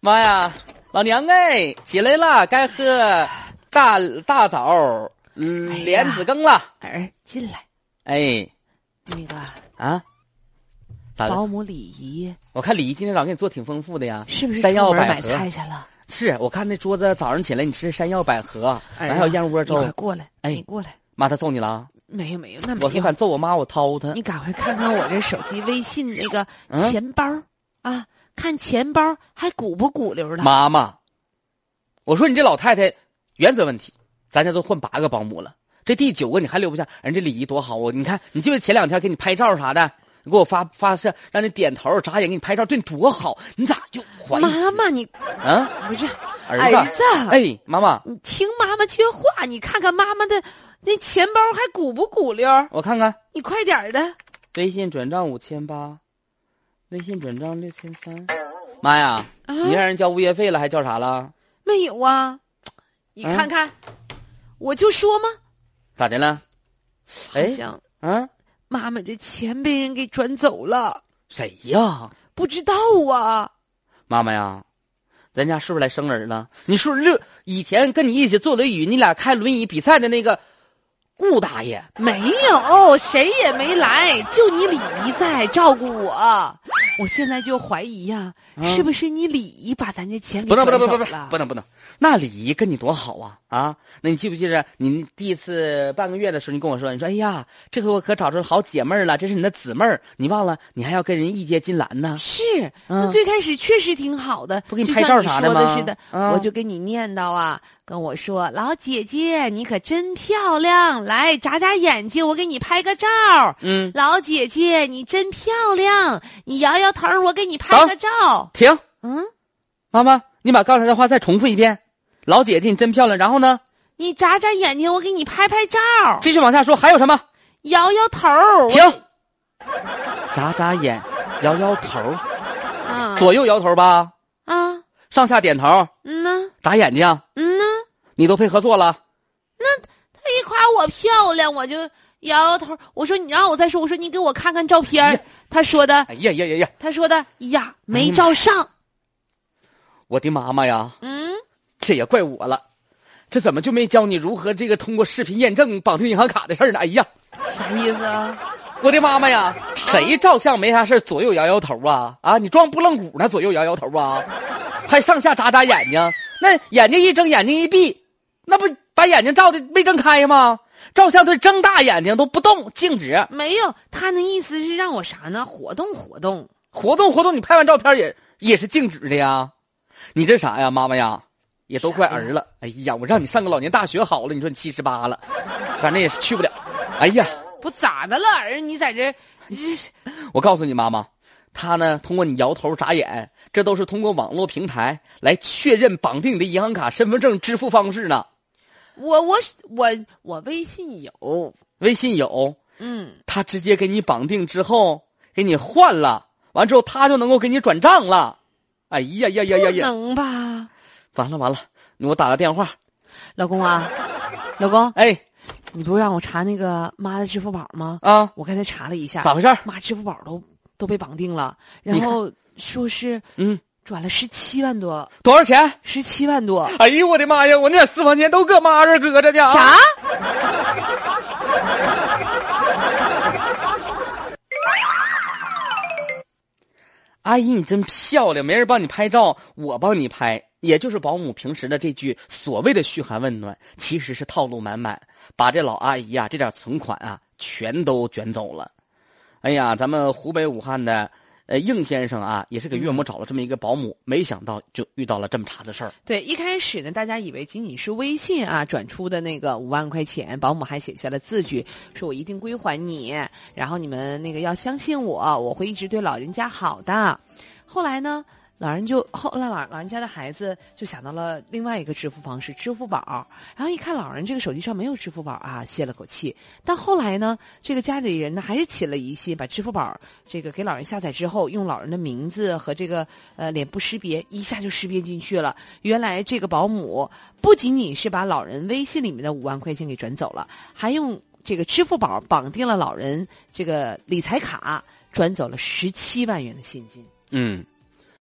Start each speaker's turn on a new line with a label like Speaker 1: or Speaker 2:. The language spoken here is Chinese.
Speaker 1: 妈呀，老娘哎，起来了，该喝大大枣儿
Speaker 2: 哎呀
Speaker 1: 莲子羹了。
Speaker 2: 儿进来，
Speaker 1: 哎
Speaker 2: 那个
Speaker 1: 啊，咋的？
Speaker 2: 保姆礼仪
Speaker 1: 我看李姨今天早上给你做挺丰富的呀，
Speaker 2: 是不是出
Speaker 1: 山药
Speaker 2: 门
Speaker 1: 百
Speaker 2: 买
Speaker 1: 合
Speaker 2: 菜？去了？
Speaker 1: 是我看那桌子早上起来你吃山药百合，完
Speaker 2: 哎呀哎
Speaker 1: 还有燕窝
Speaker 2: 你快
Speaker 1: 粥。
Speaker 2: 过来，
Speaker 1: 哎
Speaker 2: 你过来，
Speaker 1: 妈，她揍你了啊？
Speaker 2: 没有没有，那没
Speaker 1: 我是
Speaker 2: 有。
Speaker 1: 敢揍我妈，我掏她。
Speaker 2: 你赶快看看我这手机微信那个
Speaker 1: 嗯
Speaker 2: 钱包、啊，看钱包还鼓不鼓溜了？
Speaker 1: 妈妈，我说你这老太太原则问题，咱家都换八个保姆了，这第九个你还留不下，人这礼仪多好啊！你看，你记不记得前两天给你拍照啥的，你给我发发是让你点头眨眼给你拍照，对你多好，你咋就怀疑？
Speaker 2: 妈妈，你
Speaker 1: 啊，
Speaker 2: 不是
Speaker 1: 儿子，
Speaker 2: 儿子
Speaker 1: 哎，妈妈，
Speaker 2: 你听妈妈句话，你看看妈妈的那钱包还鼓不鼓溜？
Speaker 1: 我看看
Speaker 2: 你快点儿的，
Speaker 1: 微信转账五千八，微信转账六千三，妈呀，
Speaker 2: 啊
Speaker 1: 你让人交物业费了，还叫啥了？
Speaker 2: 没有啊？你
Speaker 1: 嗯
Speaker 2: 看看，我就说嘛，
Speaker 1: 咋的了？哎
Speaker 2: 好，像
Speaker 1: 啊，
Speaker 2: 妈妈这钱被人给转走了，
Speaker 1: 谁呀？
Speaker 2: 不知道啊。
Speaker 1: 妈妈呀，咱家是不是来生人了？你是不是六以前跟你一起坐轮椅，你俩开轮椅比赛的那个顾大爷？
Speaker 2: 没有，谁也没来，就你李姨在照顾我。我现在就怀疑呀、
Speaker 1: 嗯
Speaker 2: 是不是你李姨把咱这钱给
Speaker 1: 不能不能
Speaker 2: 转
Speaker 1: 不
Speaker 2: 走
Speaker 1: 能不能
Speaker 2: 了
Speaker 1: 不能不能！那李姨跟你多好啊啊！那你记不记着你第一次半个月的时候，你跟我说，你说哎呀，这回我可找着好姐妹儿了，这是你的姊妹儿，你忘了你还要跟人义结金兰呢？
Speaker 2: 是，那
Speaker 1: 嗯
Speaker 2: 最开始确实挺好的，
Speaker 1: 不给你
Speaker 2: 就
Speaker 1: 拍
Speaker 2: 像
Speaker 1: 照
Speaker 2: 你
Speaker 1: 啥
Speaker 2: 说
Speaker 1: 的吗
Speaker 2: 似的，
Speaker 1: 啊
Speaker 2: 我就跟你念叨啊，跟我说老姐姐你可真漂亮，来眨眨眼睛，我给你拍个照。
Speaker 1: 嗯，
Speaker 2: 老姐姐你真漂亮，你摇摇头儿，我给你拍
Speaker 1: 等
Speaker 2: 个照。
Speaker 1: 停，
Speaker 2: 嗯，
Speaker 1: 妈妈，你把刚才的话再重复一遍。老姐姐，你真漂亮。然后呢，
Speaker 2: 你眨眨眼睛，我给你拍拍照。
Speaker 1: 继续往下说，还有什么？
Speaker 2: 摇摇头儿，我
Speaker 1: 停，眨眨眼，摇摇头儿。
Speaker 2: 啊
Speaker 1: 左右摇头吧，
Speaker 2: 啊，
Speaker 1: 上下点头，
Speaker 2: 嗯呐，
Speaker 1: 眨眼睛，
Speaker 2: 嗯呐，
Speaker 1: 你都配合做了。
Speaker 2: 他一夸我漂亮，我就摇摇头。我说你让我再说，我说你给我看看照片
Speaker 1: 哎
Speaker 2: 儿。他说的，
Speaker 1: 哎呀呀呀呀！
Speaker 2: 他说的，呀，没
Speaker 1: 嗯
Speaker 2: 照上。
Speaker 1: 我的妈妈呀，
Speaker 2: 嗯，
Speaker 1: 这也怪我了，这怎么就没教你如何这个通过视频验证绑定银行卡的事儿呢？哎呀，
Speaker 2: 啥意思啊？
Speaker 1: 我的妈妈呀，谁照相没啥事儿左右摇摇头啊？啊，你装不愣骨呢？左右摇摇头啊，还上下眨眨眼睛，那眼睛一睁，眼睛一闭，那不把眼睛照的没睁开吗？照相队睁大眼睛都不动，静止。
Speaker 2: 没有，他那意思是让我啥呢？活动活动。
Speaker 1: 活动活动，你拍完照片也也是静止的呀。你这啥呀，妈妈呀，也都怪儿了。哎呀，我让你上个老年大学好了，你说你七十八了，反正也是去不了。哎呀，
Speaker 2: 不咋的了，儿，你在这，这是
Speaker 1: 我告诉你妈妈，他呢通过你摇头眨眼，这都是通过网络平台来确认绑定你的银行卡、身份证、支付方式呢。
Speaker 2: 我我我我微信有，
Speaker 1: 微信有，
Speaker 2: 嗯，
Speaker 1: 他直接给你绑定之后，给你换了，完之后他就能够给你转账了。哎呀呀呀
Speaker 2: 不
Speaker 1: 呀呀！
Speaker 2: 能吧？
Speaker 1: 完了完了，我打个电话。
Speaker 2: 老公啊，老公，
Speaker 1: 哎
Speaker 2: 你不让我查那个妈的支付宝吗？
Speaker 1: 啊，
Speaker 2: 我刚才查了一下，
Speaker 1: 咋回事儿？
Speaker 2: 妈支付宝都都被绑定了，
Speaker 1: 你
Speaker 2: 然
Speaker 1: 看
Speaker 2: 后说是
Speaker 1: 嗯，
Speaker 2: 转了十七万多，
Speaker 1: 多少钱？
Speaker 2: 十七万多，
Speaker 1: 哎呦我的妈呀！我那私房钱都搁妈这儿搁着啊呢。？
Speaker 2: 啥？
Speaker 1: 阿姨，你真漂亮，没人帮你拍照，我帮你拍。也就是保姆平时的这句所谓的嘘寒问暖，其实是套路满满，把这老阿姨啊这点存款啊全都卷走了。哎呀，咱们湖北武汉的呃应先生啊，也是给岳母找了这么一个保姆，没想到就遇到了这么茬子事儿。
Speaker 2: 对，一开始呢，大家以为仅仅是微信啊转出的那个五万块钱，保姆还写下了字据，说我一定归还你，然后你们那个要相信我，我会一直对老人家好的。后来呢，老人就后来老老人家的孩子就想到了另外一个支付方式，支付宝。然后一看老人这个手机上没有支付宝啊，泄了口气。但后来呢，这个家里人呢还是起了疑心，把支付宝这个给老人下载之后，用老人的名字和这个呃脸部识别一下就识别进去了。原来这个保姆不仅仅是把老人微信里面的五万块钱给转走了，还用这个支付宝绑定了老人这个理财卡，转走了十七万元的现金。
Speaker 1: 嗯，